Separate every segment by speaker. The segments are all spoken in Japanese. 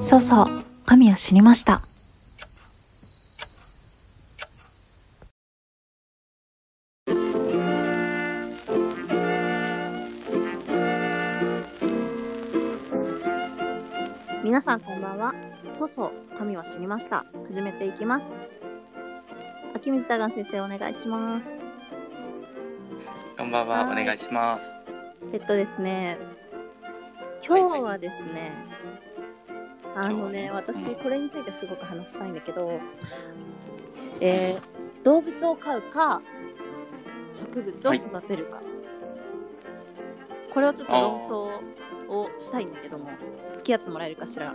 Speaker 1: そうそう、神は死にました。
Speaker 2: 皆さんこんばんは。そうそう、神は死にました。始めていきます。秋水大岩先生お願いします。
Speaker 3: こんばんは、
Speaker 2: は
Speaker 3: お
Speaker 2: い
Speaker 3: 願いし ます。
Speaker 2: えっとですね、今日はですね、あのね、
Speaker 3: 今日はね
Speaker 2: 私
Speaker 3: うん
Speaker 2: これについてすごく話したいんだけど、えー動物を飼うか、植物を育てるか。これをちょっと論争をしたいんだけども、付き合ってもらえるかしら。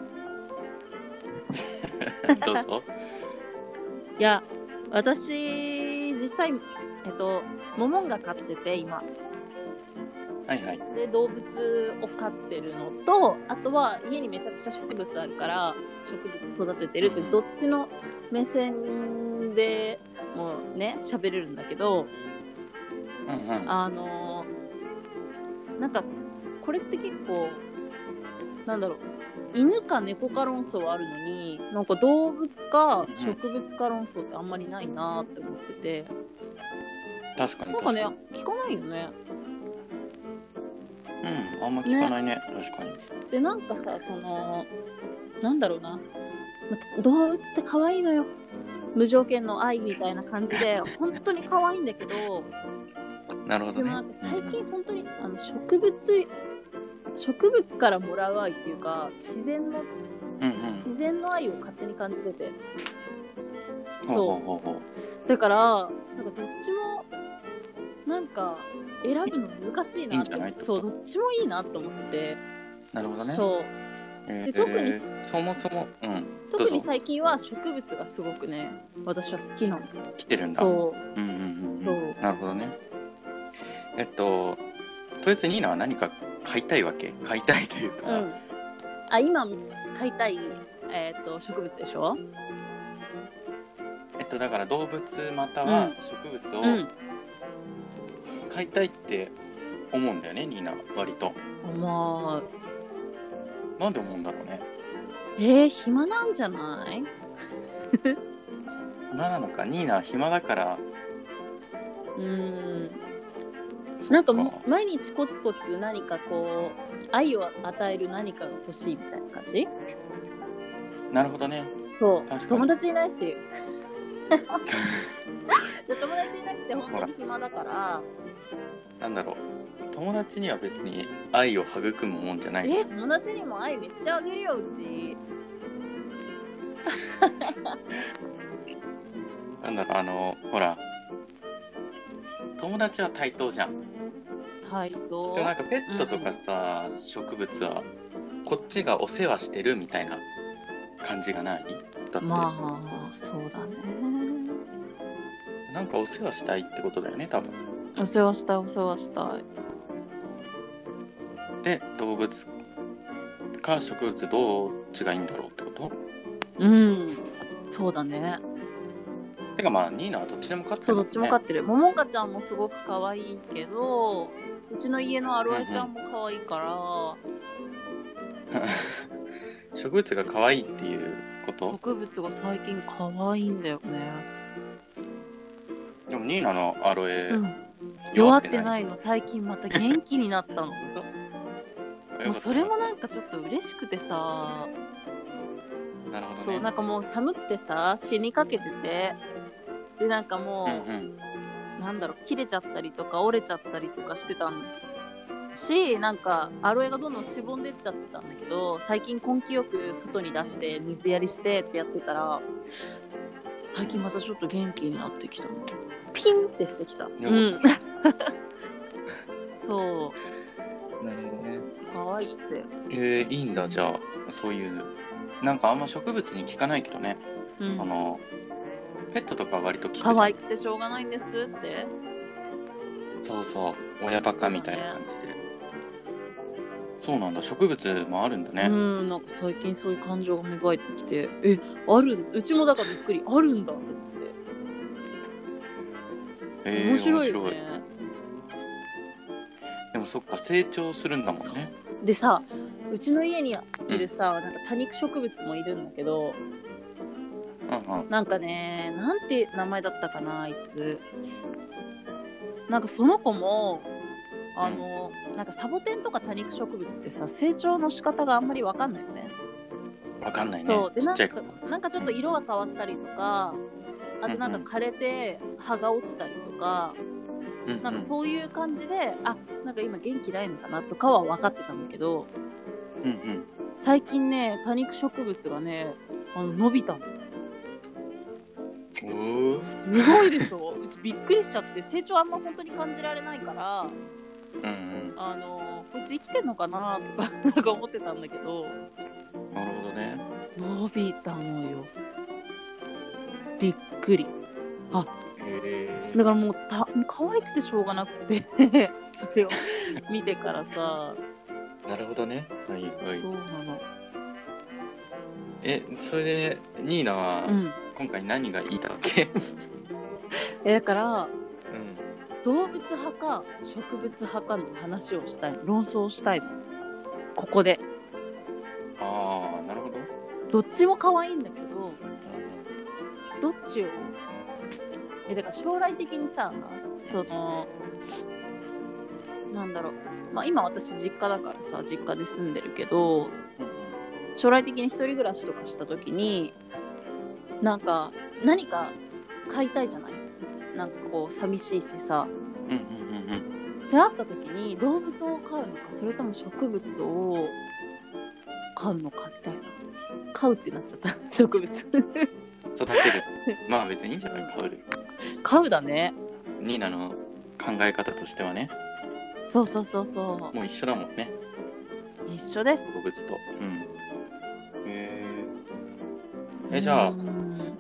Speaker 3: どうぞ。
Speaker 2: いや私実際えっとモモンガ飼ってて今
Speaker 3: はいはい。
Speaker 2: で動物を飼ってるのとあとは家にめちゃくちゃ植物あるから植物育ててるってどっちの目線でもね喋れるんだけど
Speaker 3: うんうん。
Speaker 2: あのなんかこれって結構なんだろう犬か猫か論争はあるのになんか動物か植物か論争ってあんまりないなって思ってて。
Speaker 3: 確かに
Speaker 2: なんか
Speaker 3: 確かに。
Speaker 2: ね、聞かないよね。
Speaker 3: うん、あんま聞かないね。確かに。
Speaker 2: で、なんかさ、その、なんだろうな。ま動物って可愛いのよ。無条件の愛みたいな感じ で、本当に可愛いんだけど、
Speaker 3: なるほど
Speaker 2: でもな
Speaker 3: ね
Speaker 2: んか。最近本当にあの植物、植物からもらう愛っていうか、自然の、
Speaker 3: うんうん。
Speaker 2: 自然の愛を勝手に感じてて。
Speaker 3: ほうほうほうほう。
Speaker 2: だから、なんかどっちも、なんか、選ぶの難しい
Speaker 3: いい
Speaker 2: なんっ
Speaker 3: じ
Speaker 2: て
Speaker 3: ゃない
Speaker 2: そう、どっちもいいなと思ってて、
Speaker 3: なるほどね。
Speaker 2: そう。
Speaker 3: え
Speaker 2: で
Speaker 3: ー
Speaker 2: 特に
Speaker 3: そもそも、うん、
Speaker 2: 特に
Speaker 3: どうぞ
Speaker 2: 最近は植物がすごくね私は好きなの
Speaker 3: 来てるんだ。。
Speaker 2: そう
Speaker 3: うんうんうん
Speaker 2: そう
Speaker 3: うん。なるほどね。えっと、とりあえずニーナは何か買いたいわけ買いたいという
Speaker 2: う、
Speaker 3: か、
Speaker 2: うん、あ今飼いたい、えー、と植物でしょ、
Speaker 3: えっと、だから動物または植
Speaker 2: う
Speaker 3: 物を
Speaker 2: ん、
Speaker 3: 買いたいって思うんだよね、ニーナ、割と。
Speaker 2: まあ
Speaker 3: なんで思うんだろうね。
Speaker 2: えー、暇なんじゃない
Speaker 3: 暇なのか、ニーナは暇だから、
Speaker 2: うん
Speaker 3: そっ
Speaker 2: なんかもう毎日コツコツ何かこう愛を与える何かが欲しいみたいな感じ
Speaker 3: なるほどね。
Speaker 2: そう
Speaker 3: 確かに
Speaker 2: 友達いないし友達いなくて本当に暇だから
Speaker 3: なんだろう。友達には別に愛を育むもんじゃない。
Speaker 2: え友達にも愛めっちゃあげるようち
Speaker 3: なんだろう、あの、ほら。友達は対等じゃん。
Speaker 2: 対
Speaker 3: で
Speaker 2: 等
Speaker 3: もなんかペットとかさ、植物は、こっちがお世話してるみたいな感じがないだって、
Speaker 2: まあそうだね
Speaker 3: なんかお世話したいってことだよね、多分。
Speaker 2: お世話したいお世話したい
Speaker 3: で、動物か植物どっちがいいんだろうってこと
Speaker 2: うんそうだね
Speaker 3: てかまあ、ニーナはどっちでも勝って
Speaker 2: そう
Speaker 3: る
Speaker 2: ど
Speaker 3: も
Speaker 2: っちも
Speaker 3: んね
Speaker 2: 飼ってるももかちゃんもすごく可愛いけどうちの家のアロエちゃんも可愛いから、
Speaker 3: 植物が可愛いっていうこと
Speaker 2: 植物が最近可愛いんだよね、
Speaker 3: でもニーナのアロエ、
Speaker 2: うん、弱ってないの最近また元気になったのもうそれもなんかちょっと嬉しくてさ
Speaker 3: なるほど、ね、
Speaker 2: そうなんかもう寒くてさ死にかけててでなんかもう、
Speaker 3: うんうん
Speaker 2: なんだろう切れちゃったりとか折れちゃったりとかしてたんしなんかアロエがどんどんしぼんでっちゃってたんだけど最近根気よく外に出して水やりしてってやってたら最近またちょっと元気になってきたのピンってしてきた、う
Speaker 3: よか
Speaker 2: ん
Speaker 3: っ、
Speaker 2: そう
Speaker 3: なるほどね
Speaker 2: 可愛いって
Speaker 3: えー、いいんだじゃあそういうなんかあんま植物に効かないけどね、
Speaker 2: うん
Speaker 3: そのペットとか割と効くじゃん
Speaker 2: 可愛くてしょうがないんですって
Speaker 3: そうそう親バカみたいな感じでそうなんだ植物もあるんだね、
Speaker 2: うんなんか最近そういう感情が芽生えてきてえあるうちもだからびっくりあるんだと思って
Speaker 3: えー
Speaker 2: 面白いよ
Speaker 3: 面
Speaker 2: ね、
Speaker 3: でもそっか成長するんだもんね
Speaker 2: でさうちの家にてるさ、なんか多肉植物もいるんだけど
Speaker 3: うんうん。
Speaker 2: なんかねなんて名前だったかなあいつなんかその子もあの、なんかサボテンとか多肉植物ってさ成長の仕方があんまり分かんないよね。
Speaker 3: わかんないね。
Speaker 2: そうで
Speaker 3: ち
Speaker 2: な
Speaker 3: っ
Speaker 2: ん
Speaker 3: ちゃ
Speaker 2: か
Speaker 3: い子。
Speaker 2: なんかちょっと色が変わったりとかあとな
Speaker 3: うん
Speaker 2: んか枯れて葉が落ちたりとか、
Speaker 3: うんうん
Speaker 2: なんかそういう感じであなんか今元気ないのかなとかは分かってたんだけど
Speaker 3: うんうん。
Speaker 2: 最近ね多肉植物がねあの伸びたの
Speaker 3: おー
Speaker 2: すごいでしょうちびっくりしちゃって成長あんま本当に感じられないから
Speaker 3: うん
Speaker 2: あのこいつ生きてんのかなとかなんか思ってたんだけど
Speaker 3: うん。なるほどね。
Speaker 2: 伸びたのよびっくり
Speaker 3: へえ。
Speaker 2: だからもうたもう可愛くてしょうがなくて それを見てからさ
Speaker 3: なるほどね。はいは
Speaker 2: そ
Speaker 3: い。
Speaker 2: うなの
Speaker 3: え、それで、ニーナ
Speaker 2: う
Speaker 3: は
Speaker 2: ん
Speaker 3: 今回何が言いたっけ
Speaker 2: えだから
Speaker 3: うん。
Speaker 2: 動物派か植物派かの話をしたい論争をしたいのここで
Speaker 3: ああ、なるほど。
Speaker 2: どっちも可愛いんだけど
Speaker 3: うん
Speaker 2: どっちをえだから将来的にさそのなんだろうまあ今私実家だからさ実家で住んでるけど
Speaker 3: うん
Speaker 2: 将来的に一人暮らしとかした時になんか何か飼いたいじゃないなんかこう寂しいしさ
Speaker 3: うんうんうん
Speaker 2: 出会った時に動物を飼うのかそれとも植物を飼うのかみたいな飼うってなっちゃった植物
Speaker 3: うん。育てる。まあ別にいいんじゃない買う。
Speaker 2: 飼うだね
Speaker 3: ニーナの考え方としてはね、
Speaker 2: そうそうそうそ
Speaker 3: もう一緒だもんね。
Speaker 2: う一緒です
Speaker 3: 動物と。うん。へえ。え、じゃあ
Speaker 2: うー、ん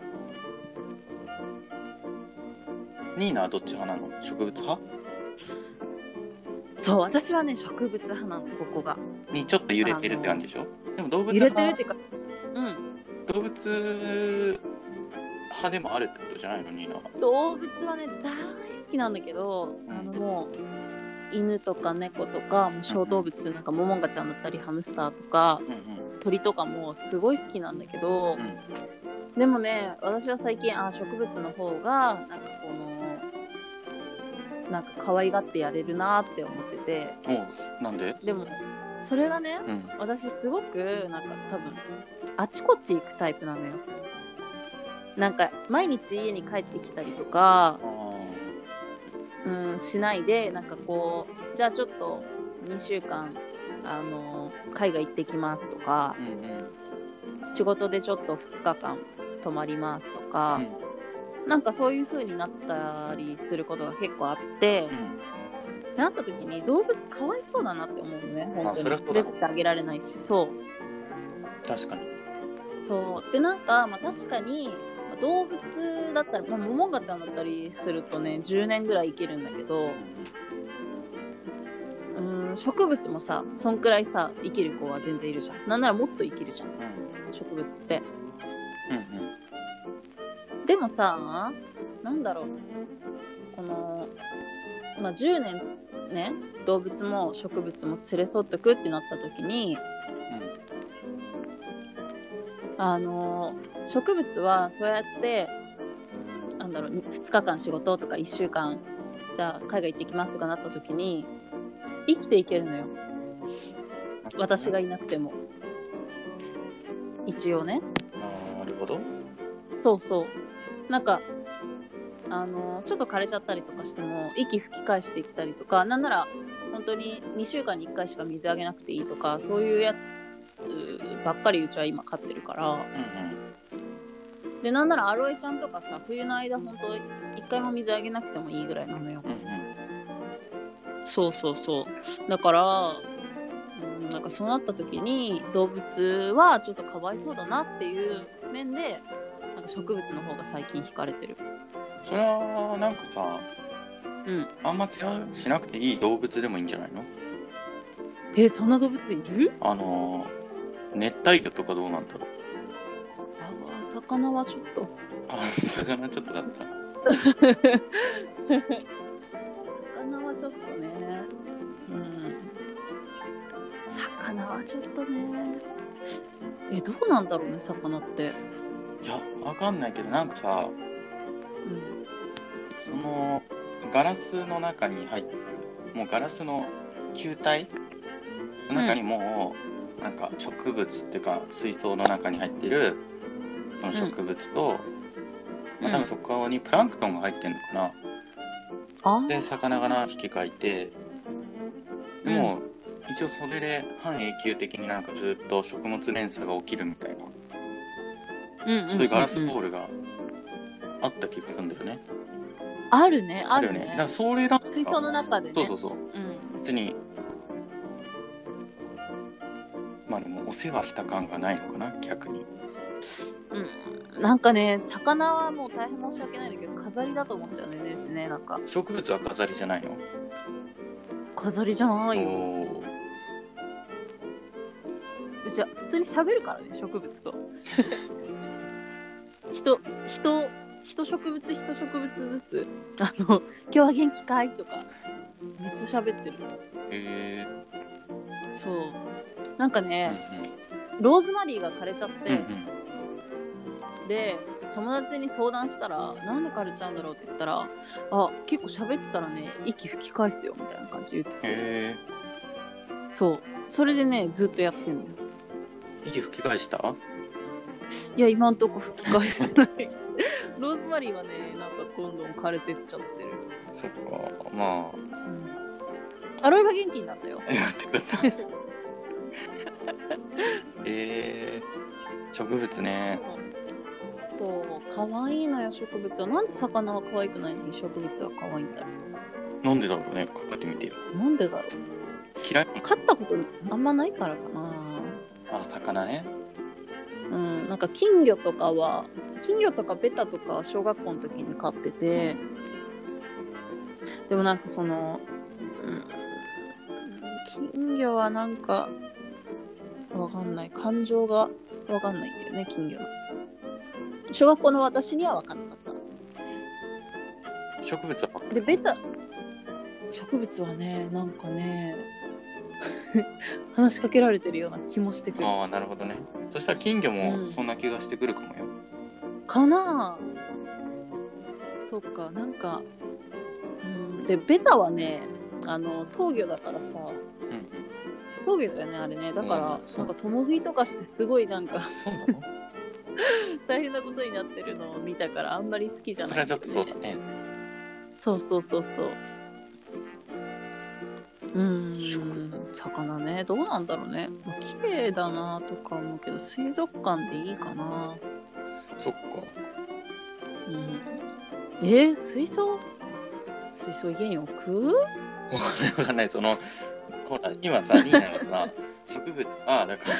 Speaker 3: ニーナはどっち派なの植物派
Speaker 2: そう私はね植物派なのここが
Speaker 3: にちょっと揺れてるって感じでしょでも動物
Speaker 2: 揺れてるっ
Speaker 3: 派
Speaker 2: ていうかうん
Speaker 3: 動物派でもあるってことじゃないのニーナは。
Speaker 2: 動物はね大好きなんだけどあのもう犬とか猫とかもう小動物なんかモモンガちゃんだったりハムスターとか
Speaker 3: うんうん
Speaker 2: 鳥とかもすごい好きなんだけど、
Speaker 3: うん
Speaker 2: でもね私は最近あ植物の方がなんかこのなんか可愛がってやれるなって思ってて
Speaker 3: おうなんで
Speaker 2: でもそれがね
Speaker 3: うん。
Speaker 2: 私すごくなんか多分あちこち行くタイプなのよなんか毎日家に帰ってきたりとか
Speaker 3: あ、ー
Speaker 2: うん、しないでなんかこうじゃあちょっと2週間あの海外行ってきますとか
Speaker 3: うんうん
Speaker 2: 仕事でちょっと2日間泊まりますと
Speaker 3: う
Speaker 2: か、
Speaker 3: ん
Speaker 2: なんかそういう風になったりすることが結構あって、なった時に動物かわいそうだなって思うのね本
Speaker 3: そり
Speaker 2: 当
Speaker 3: ゃ
Speaker 2: に
Speaker 3: そ
Speaker 2: 連
Speaker 3: うだ
Speaker 2: れてってあげられないしそう
Speaker 3: 確かに。
Speaker 2: そうでなんか、まあ、確かにまあ動物だったら、まあ、モモンガちゃんだったりするとね10年ぐらい生きるんだけどうん植物もさそんくらいさ生きる子は全然いるじゃんなんならもっと生きるじゃん
Speaker 3: うん
Speaker 2: 植物って
Speaker 3: うんうん
Speaker 2: でもさなんだろうこの、まあ、10年ね動物も植物も連れ添ってくってなった時にあの植物はそうやってなんだろう2日間仕事とか1週間じゃあ海外行ってきますとかなった時に生きていけるのよ
Speaker 3: うん。
Speaker 2: 私がいなくても一応ね
Speaker 3: なるほど。
Speaker 2: そうそうなんかあのちょっと枯れちゃったりとかしても息吹き返してきたりとかなんなら本当に2週間に1回しか水あげなくていいとかそういうやつうばっかりうちは今飼ってるから。
Speaker 3: うんうん。
Speaker 2: でなんならアロエちゃんとかさ冬の間本当一回も水あげなくてもいいぐらいなのよ
Speaker 3: うんうん。
Speaker 2: そうそうそうだからうんなんかそうなった時に動物はちょっとかわいそうだなっていう面でなんか植物の方が最近惹かれてる
Speaker 3: それはなんかさ、
Speaker 2: うん
Speaker 3: あんま世話しなくていい動物でもいいんじゃないの
Speaker 2: えそんな動物いる
Speaker 3: あのー、熱帯魚とかどうなんだろう
Speaker 2: あお魚はちょっと
Speaker 3: あ、魚ちょっとだった。
Speaker 2: 魚はちょっとねうん魚はちょっとねえどうなんだろうね魚って、
Speaker 3: いやわかんないけどなんかさ
Speaker 2: うん、
Speaker 3: そのガラスの中に入ってるもうガラスの球体の中にもう、なんか植物っていうか水槽の中に入ってるその植物と、まあ、多分そこにプランクトンが入ってるのかな、
Speaker 2: あ
Speaker 3: で魚が何匹かいてでも、一応それで半永久的になんかずっと食物連鎖が起きるみたいな、
Speaker 2: うんうんうんうん
Speaker 3: そういうガラスボールがあった気がするんだよね、
Speaker 2: あるねあ
Speaker 3: ある
Speaker 2: る
Speaker 3: よね
Speaker 2: ね
Speaker 3: だからそれなんか
Speaker 2: 水槽の中でね
Speaker 3: そうそうそう
Speaker 2: うん、
Speaker 3: 別にまあでもお世話した感がないのかな逆に
Speaker 2: うん、なんかね魚はもう大変申し訳ないんだけど飾りだと思っちゃうねうちねなんか
Speaker 3: 植物は飾りじゃないの
Speaker 2: 飾りじゃないよ
Speaker 3: おー
Speaker 2: うちは普通に喋るからね植物 と人人人植物人植物ずつあの「今日は元気かい?」とかめっちゃ喋ってる
Speaker 3: へ
Speaker 2: そうなんか
Speaker 3: え
Speaker 2: ねローズマリーが枯れちゃって、
Speaker 3: うんうん
Speaker 2: で友達に相談したら「なんで枯れちゃうんだろう?」って言ったら「あ結構喋ってたらね息吹き返すよ」みたいな感じで言ってて
Speaker 3: へ
Speaker 2: そうそれでねずっとやってんのよ
Speaker 3: え息吹き返した
Speaker 2: いや今んとこ吹き返してない ローズマリーはねなんかどんどん枯れてっちゃってる、
Speaker 3: そっかま
Speaker 2: うん、アロエが元気になったよ
Speaker 3: あやってくだ さいえー、植物ね
Speaker 2: そう可愛いのよ植物はなんで魚は可愛くないのに植物は可愛いんだろ
Speaker 3: なんでだろうね考えてみてよ
Speaker 2: うなんでだろう
Speaker 3: 嫌いなの
Speaker 2: 飼ったことあんまないからかな
Speaker 3: あ魚ね
Speaker 2: うん、なんか金魚とかは金魚とかベタとかは小学校の時に飼ってて、でもなんかその、うん、金魚はなんかわかんない感情がわかんないんだよね金魚の小学校の私にはわかんなかっ
Speaker 3: 植物は
Speaker 2: たでベタ植物はねなんかね 話しかけられてるような気もしてくる
Speaker 3: ああなるほどねそしたら金魚
Speaker 2: う
Speaker 3: も
Speaker 2: ん
Speaker 3: そんな気がしてくるかもよ、
Speaker 2: かなあそっかなんか、うん、でベタはねあの闘魚だからさ
Speaker 3: うんうん、
Speaker 2: 闘魚だよねあれねだから、
Speaker 3: うん
Speaker 2: なんか共食いとかしてすごいなんか
Speaker 3: そうなの
Speaker 2: 大変なことになってるのを見たからあんまり好きじゃ
Speaker 3: そ
Speaker 2: な
Speaker 3: れ
Speaker 2: い
Speaker 3: は
Speaker 2: ん
Speaker 3: ちょ
Speaker 2: だ
Speaker 3: っ
Speaker 2: けど
Speaker 3: と
Speaker 2: ね、
Speaker 3: そうだね。
Speaker 2: そうそうそうそううん
Speaker 3: 食
Speaker 2: 魚ねどうなんだろうねまあ綺麗だなとか思うけど水族館でいいかな
Speaker 3: そっか。
Speaker 2: うんえー、水槽水槽家に置く
Speaker 3: わかんないわかんない。その、ほら、今 さ、リーナがさ、植物は、だから、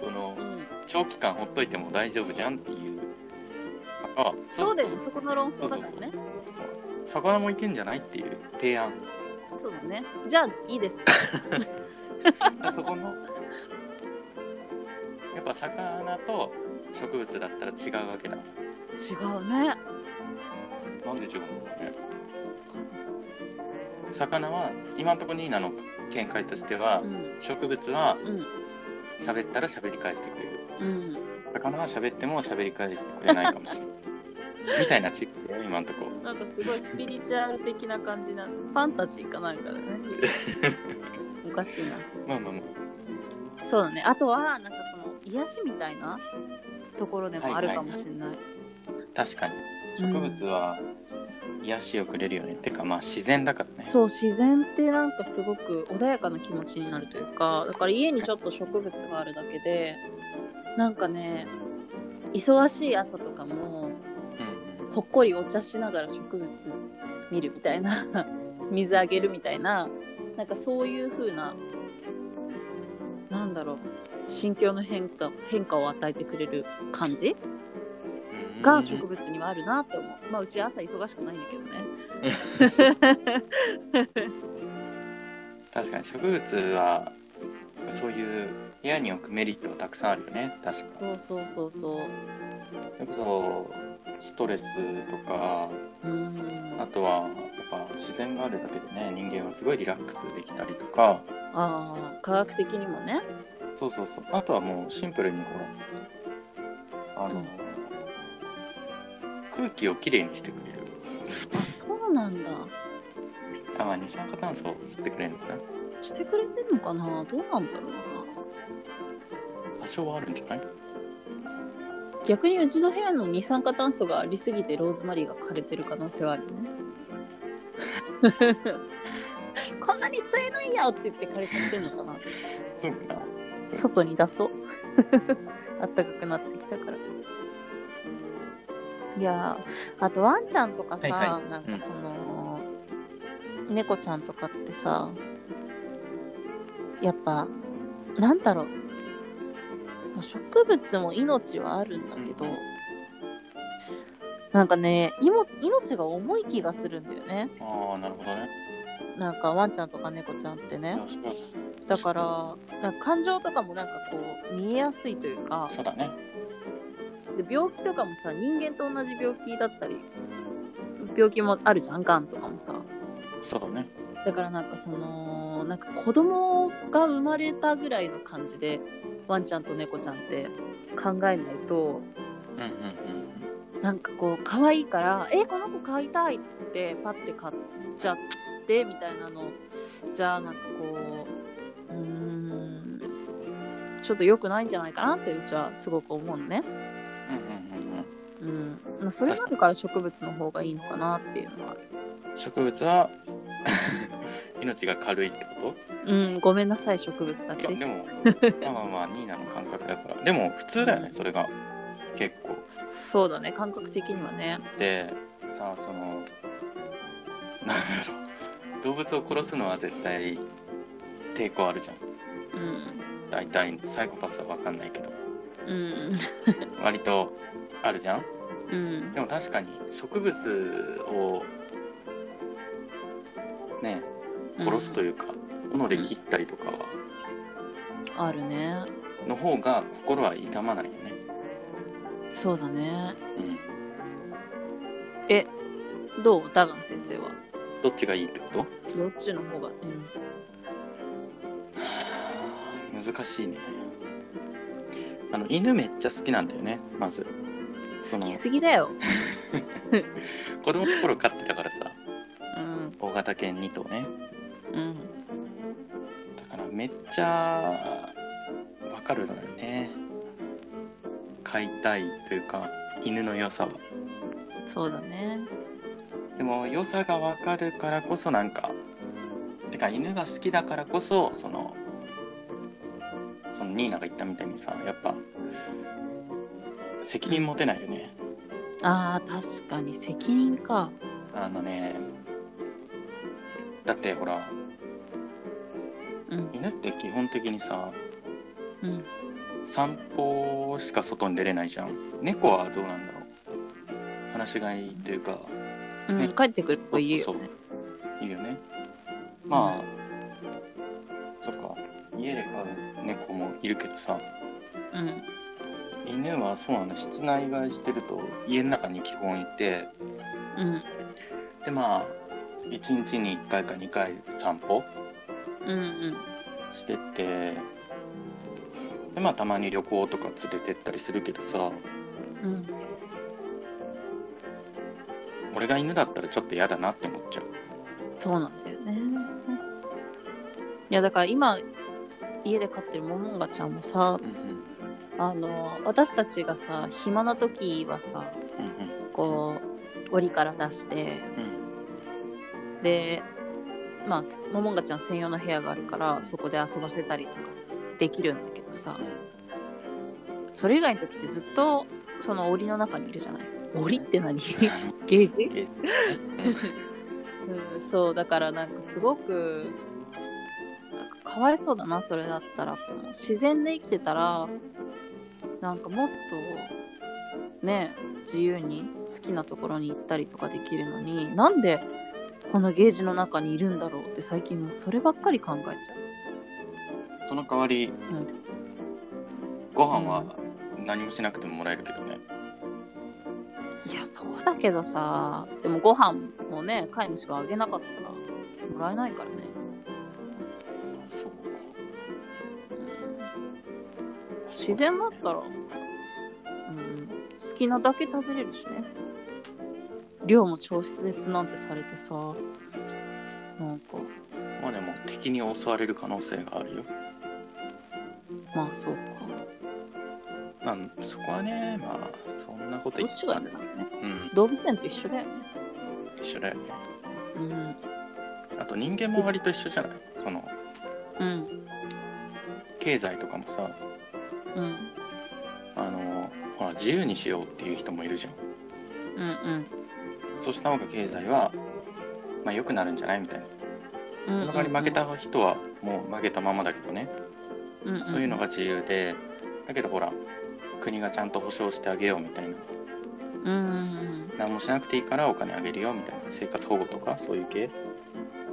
Speaker 3: その、長期間ほっといても大丈夫じゃんっていう。あ、
Speaker 2: そうだよね、そこの論争だ
Speaker 3: そう
Speaker 2: か
Speaker 3: そう
Speaker 2: らね。
Speaker 3: 魚もいけんじゃないっていう提 案。
Speaker 2: そうだね。じゃあ、いいです。
Speaker 3: でそこの、やっぱ魚と植物だったら違うわけだ。
Speaker 2: 違うね。
Speaker 3: なんで違うんだろうね。魚は、今のところニーナの見解としては
Speaker 2: う、ん。
Speaker 3: 植物は
Speaker 2: うん。
Speaker 3: 喋ったら喋り返してくれる。
Speaker 2: うん。
Speaker 3: 魚は喋っても喋り返してくれないかもしれない。みたいなチックだよ、今んとこ。
Speaker 2: なんかすごいスピリチュアル的な感じな、ファンタジーかなんかだね。 おかしいな。
Speaker 3: まあまあま
Speaker 2: そうだね。あとは、なんかその、癒しみたいなところでもあるかもしれない。
Speaker 3: あ、確かに。植物は癒しをくれるよね。てか、まあ自然だからね。
Speaker 2: そう自然ってなんかすごく穏やかな気持ちになるというかだから家にちょっと植物があるだけでなんかね忙しい朝とかも
Speaker 3: うん
Speaker 2: ほっこりお茶しながら植物見るみたいな 水あげるみたいななんかそういう風ななんだろう心境の変化変化を与えてくれる感じ
Speaker 3: うん。
Speaker 2: が植物にはあるなって思う、まあうち朝忙しくないんだけどね
Speaker 3: 確かに植物は、そういう部屋に置くメリットはたくさんあるよね。確か
Speaker 2: そうそうそうそう
Speaker 3: それこそ、ストレスとか、
Speaker 2: うん
Speaker 3: あとは、やっぱ自然があるだけでね、人間はすごいリラックスできたりとか、
Speaker 2: ああ科学的にもね
Speaker 3: そうそうそう。あとはもうシンプルにほら、あの、
Speaker 2: うん
Speaker 3: 空気をきれいにしてくれる。
Speaker 2: そうなんだ
Speaker 3: あ、まあ、二酸化炭素を吸ってくれるのかな。
Speaker 2: してくれてんのかなどうなんだろうな
Speaker 3: 多少はあるんじゃない
Speaker 2: 逆にうちの部屋の二酸化炭素がありすぎてローズマリーが枯れてる可能性はあるね。 こんなに吸えないよって言って枯れちゃってんのかな
Speaker 3: そうかな。
Speaker 2: 外に出そう。 あったかくなってきたから。いやーあとワンちゃんとかさ、
Speaker 3: はいは
Speaker 2: なんかその、猫ちゃんとかってさやっぱなんだろうもう植物も命はあるんだけど、
Speaker 3: うん
Speaker 2: なんかねいも命が重い気がするんだよね
Speaker 3: ああ、なるほどね。
Speaker 2: なんかワンちゃんとか猫ちゃんってねだからなんか感情とかもなんかこう見えやすいというか
Speaker 3: そうだね。
Speaker 2: で病気とかもさ人間と同じ病気だったり病気もあるじゃんがんとかもさ
Speaker 3: そうだね。
Speaker 2: だからなんかそのなんか子供が生まれたぐらいの感じでワンちゃんと猫ちゃんって考えないと
Speaker 3: うんうんうん。
Speaker 2: なんかこう可愛いから「えこの子飼いたい」ってパッて買っちゃってみたいなのじゃあなんかこううーんちょっと良くないんじゃないかなってうちはすごく思うのね。
Speaker 3: うんうんうん
Speaker 2: うん、まあそれがあるから植物の方がいいのかなっていうのはある。
Speaker 3: うん。植物は 命が軽いってこ
Speaker 2: うん、ごめんなさい植物た
Speaker 3: とい
Speaker 2: ち
Speaker 3: や、。でも、まあまあまあ、ニーナの感覚だから。でも、普通だよね、それが。結構。
Speaker 2: そうだね感覚的にはね。
Speaker 3: で、さあ、その、なんだろう。 動物を殺すのは絶対抵抗あるじゃん。
Speaker 2: うん
Speaker 3: 大体、サイコパスは分かんないけど。
Speaker 2: うん
Speaker 3: 割とあるじゃん
Speaker 2: うん
Speaker 3: でも確かに植物をね殺すというか、斧で切ったりとかは
Speaker 2: あるね。
Speaker 3: の方が心は痛まないよね。
Speaker 2: そうだね。
Speaker 3: うん、
Speaker 2: えどうダガン先生は。
Speaker 3: どっちがいいってこと
Speaker 2: どっちの方が、うん、
Speaker 3: 難しいね。あの犬めっちゃ好きなんだよねまずそ
Speaker 2: 好
Speaker 3: の
Speaker 2: きすぎだよ。
Speaker 3: 子供の頃飼ってたからさ
Speaker 2: うん
Speaker 3: 大型犬2頭ね
Speaker 2: うん。
Speaker 3: だからめっちゃわかるのよね飼いたいというか犬の良さは
Speaker 2: そうだね。
Speaker 3: でも良さがわかるからこそなんかてか犬が好きだからこそそのそのニーナが言ったみたいにさやっぱ責任持てないよね、
Speaker 2: ああ確かに責任か。
Speaker 3: あのねだってほら
Speaker 2: うん
Speaker 3: 犬って基本的にさ
Speaker 2: うん。
Speaker 3: 散歩しか外に出れないじゃん猫はどうなんだろう話し飼いというか
Speaker 2: う
Speaker 3: ね
Speaker 2: ん、帰ってくるといいよ
Speaker 3: そう
Speaker 2: ね。
Speaker 3: いいよねまあそっか家で飼う猫もいるけどさ
Speaker 2: うん
Speaker 3: 犬はそうなの室内飼いしてると家の中に基本いて
Speaker 2: うん
Speaker 3: でまあ1日に1回か2回散歩
Speaker 2: うんうん
Speaker 3: してってでまあたまに旅行とか連れてったりするけどさ
Speaker 2: うん。
Speaker 3: 俺が犬だったらちょっと嫌だなって思っちゃう
Speaker 2: そうなんだよね。いやだから今家で飼ってるモモンガちゃんもさあの私たちがさ暇な時はさ
Speaker 3: うんうん
Speaker 2: こう檻から出して
Speaker 3: うん
Speaker 2: でまあモモンガちゃん専用の部屋があるからそこで遊ばせたりとかすできるんだけどさそれ以外の時ってずっとその檻の中にいるじゃない檻って何 ゲージ
Speaker 3: ゲ
Speaker 2: うん、そうだからなんかすごくなんかかわいそうだなそれだったらって思う自然で生きてたらなんかもっとね自由に好きなところに行ったりとかできるのになんでこのゲージの中にいるんだろうって最近もうそればっかり考えちゃ
Speaker 3: その代わり、
Speaker 2: ん
Speaker 3: ご飯は何もしなくてももらえるけどね、
Speaker 2: ういやそうだけどさでもご飯もね飼い主があげなかったらもらえないからね
Speaker 3: そうか
Speaker 2: 自然だったら、うん、好きなだけ食べれるしね量も調節なんてされてさなんか
Speaker 3: まあでも敵に襲われる可能性があるよ
Speaker 2: まあそうか
Speaker 3: まあそこはねまあそんなこと
Speaker 2: ど
Speaker 3: 言
Speaker 2: っちがや
Speaker 3: ね
Speaker 2: るんだろうね
Speaker 3: うん
Speaker 2: 動物園と一緒だよね
Speaker 3: 一緒だよね
Speaker 2: うん
Speaker 3: あと人間も割と一緒じゃないその
Speaker 2: うん
Speaker 3: 経済とかもさ
Speaker 2: うん
Speaker 3: あのほら自由にしようっていう人もいるじゃん
Speaker 2: うん
Speaker 3: そうした方が経済はまあ良くなるんじゃないみたい
Speaker 2: う
Speaker 3: な
Speaker 2: んうん
Speaker 3: その代わり負けた人はもう負けたままだけどね
Speaker 2: うんうん
Speaker 3: そういうのが自由でだけどほら国がちゃんと保障してあげようみたいな
Speaker 2: うんうん
Speaker 3: 何もしなくていいからお金あげるよみたいな生活保護とかそういう系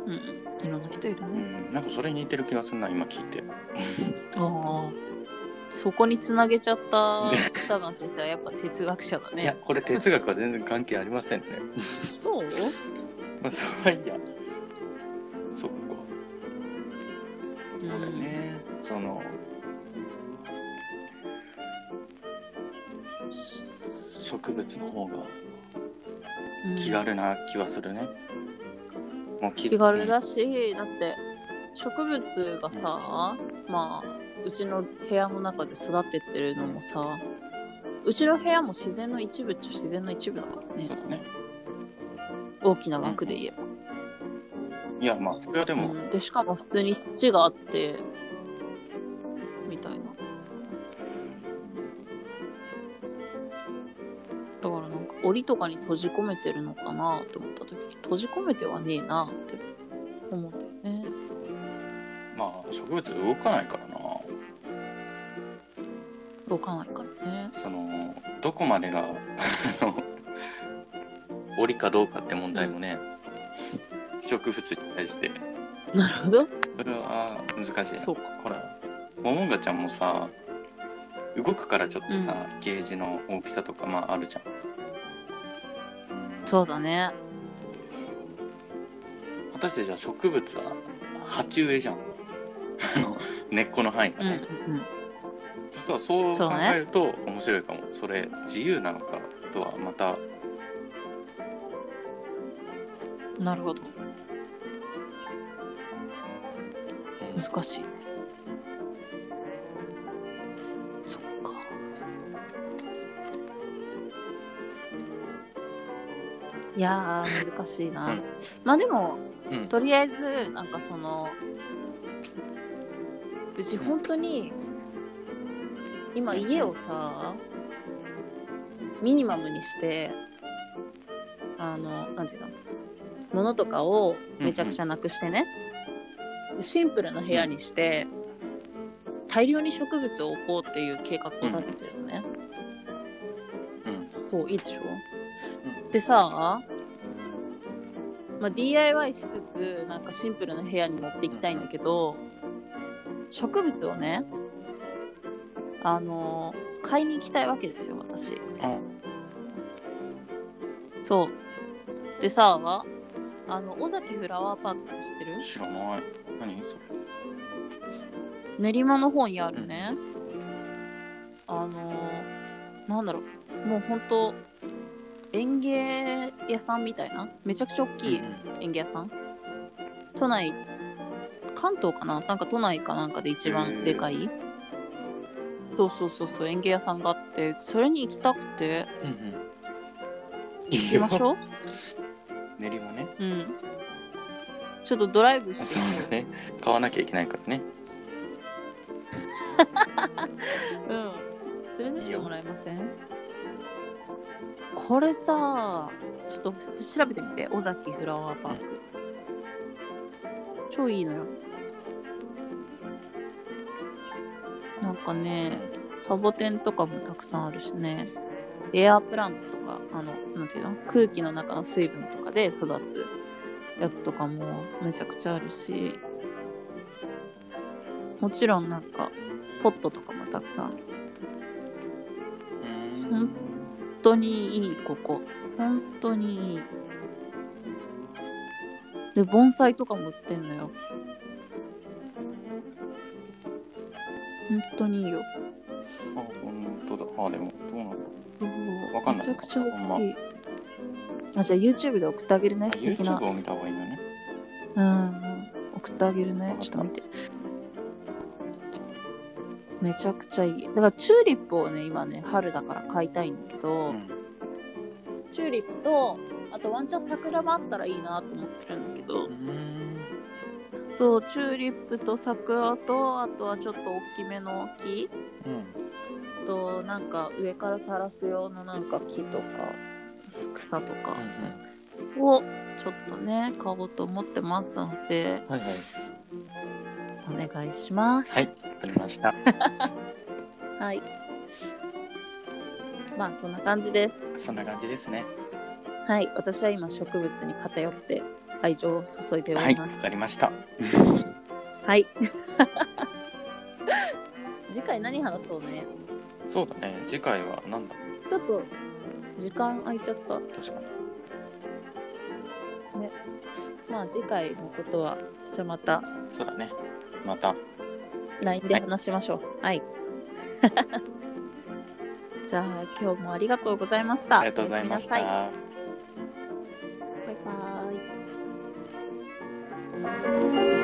Speaker 2: うんうんいろんな人いる
Speaker 3: う
Speaker 2: ね
Speaker 3: んなんかそれに似てる気がするな今聞いて
Speaker 2: ああそこにつなげちゃった北川先生はやっぱ哲学者だ
Speaker 3: いや
Speaker 2: ね
Speaker 3: これ哲学は全然関係ありませんね
Speaker 2: そう
Speaker 3: まあそこはいいやそっかそうだよねその植物の方が
Speaker 2: うん
Speaker 3: 気軽な気はするね、もう気
Speaker 2: 気軽だしだって植物がさまあうちの部屋の中で育ててるのもさうちの部屋も自然の一部っちゃ自然の一部だから
Speaker 3: そう
Speaker 2: ね
Speaker 3: だね
Speaker 2: 大きな枠で言えば、
Speaker 3: いやまあそれはでも、
Speaker 2: うんでしかも普通に土があってみたいなだからなんか檻とかに閉じ込めてるのかなって思った時に閉じ込めてはねえなって思ったよね
Speaker 3: まあ植物動かないからな
Speaker 2: 動かないからね
Speaker 3: そのどこまでがあの檻かどうかって問題もね、植物に対して
Speaker 2: なるほど
Speaker 3: それは難しいな
Speaker 2: そうか
Speaker 3: ほらモモンガちゃんもさ動くからちょっとさ、ゲージの大きさとかまああるじゃん
Speaker 2: そうだね
Speaker 3: 果たしてじゃあ植物は鉢植えじゃんあの根っこの範囲が
Speaker 2: うんう
Speaker 3: ね、
Speaker 2: ん
Speaker 3: そしたらそう
Speaker 2: そう
Speaker 3: 考
Speaker 2: ね
Speaker 3: えると面白いかもそ,、れ自由なのかとはまた
Speaker 2: うんなるほど難しいそっかいやー難しいな、
Speaker 3: うん
Speaker 2: まあでも
Speaker 3: うん
Speaker 2: とりあえずなんかそのうち本当に今家をさミニマムにしてあの何ていうの物とかをめちゃくちゃなくしてね、シンプルな部屋にして、大量に植物を置こうっていう計画を立ててるのね、
Speaker 3: うん
Speaker 2: そういいでしょ
Speaker 3: うん
Speaker 2: でさ、まあ、DIY しつつなんかシンプルな部屋に持っていきたいんだけど植物をねあの買いに行きたいわけですよ私
Speaker 3: うん
Speaker 2: そうでさあの尾崎フラワーパークって知ってる
Speaker 3: 知らない何それ
Speaker 2: 練馬の方にあるね、あのーなんだろうもうほんと園芸屋さんみたいなめちゃくちゃ大きい
Speaker 3: うん
Speaker 2: 園芸屋さん都内関東かななんか都内かなんかで一
Speaker 3: へー
Speaker 2: 番でかいそうそうそうそう園芸屋さんがあってそれに行きたくて
Speaker 3: うんうん
Speaker 2: 行きましょ う
Speaker 3: 練馬ね
Speaker 2: うんちょっとドライブして
Speaker 3: そうだね買わなきゃいけないからね
Speaker 2: うん、ちょっと連れてってもらえませんこれさ、ちょっと調べてみて、尾崎フラワーパーク。超いいのよ。なんか
Speaker 3: う
Speaker 2: ね、
Speaker 3: ん
Speaker 2: サボテンとかもたくさんあるしね、エアープランツとか、あの、なんていうの、空気の中の水分とかで育つやつとかもめちゃくちゃあるし、もちろんなんか、ポットとかもたくさんある
Speaker 3: う
Speaker 2: 本本当にいいここ本当にいいで盆栽とかも売ってんのよ本当にいいよ
Speaker 3: あでもどうなんだろ
Speaker 2: そう
Speaker 3: わかん
Speaker 1: め
Speaker 3: ない
Speaker 1: ちゃくちゃ
Speaker 3: ほんま
Speaker 1: 大きい。
Speaker 2: あじゃあ YouTube で送ってあげるね
Speaker 3: あ
Speaker 2: 素敵な
Speaker 3: YouTube を見た方がいいのね
Speaker 1: うん。送ってあげるね。ちょっと見て。
Speaker 2: めちゃくちゃいいだからチューリップをね今ね春だから買いたいんだけど、
Speaker 3: うん
Speaker 2: チューリップとあとワンチャン桜もあったらいいなと思ってるんだけどそうチューリップと桜とあとはちょっと大きめの木
Speaker 3: うん
Speaker 2: となんか上から垂らす用のなんか木とか草とか
Speaker 3: うん
Speaker 2: をちょっとね買おうと思ってますので
Speaker 3: はいはい
Speaker 2: お願いします
Speaker 3: はいわかりました
Speaker 2: はいまあそんな感じです
Speaker 3: そんな感じですね
Speaker 2: はい私は今植物に偏って愛情を注いでお
Speaker 3: は
Speaker 2: り
Speaker 3: い
Speaker 2: ま
Speaker 3: わ
Speaker 2: す
Speaker 3: かりました
Speaker 2: はい 次回何話そうね
Speaker 3: そうだね次回はなんだ
Speaker 2: ちょっと時間空いちゃった
Speaker 3: 確かに
Speaker 2: まあ次回のことはじゃあまた
Speaker 3: そうだねまた
Speaker 2: LINE で話しましょうはい、 じゃあ今日もありがとうございました
Speaker 3: ありがとうございまし
Speaker 2: おやすみなさい
Speaker 3: た。
Speaker 2: バイバイ